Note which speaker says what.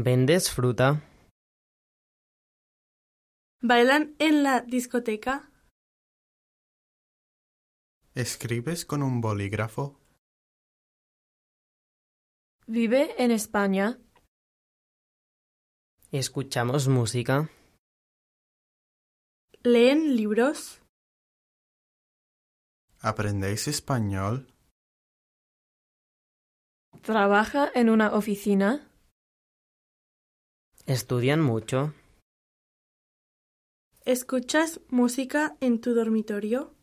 Speaker 1: ¿Vendes fruta?
Speaker 2: ¿Bailan en la discoteca?
Speaker 3: ¿Escribes con un bolígrafo?
Speaker 4: ¿Vive en España?
Speaker 1: ¿Escuchamos música?
Speaker 2: ¿Leen libros?
Speaker 3: ¿Aprendéis español?
Speaker 4: ¿Trabaja en una oficina?
Speaker 1: ¿Estudian mucho?
Speaker 2: ¿Escuchas música en tu dormitorio?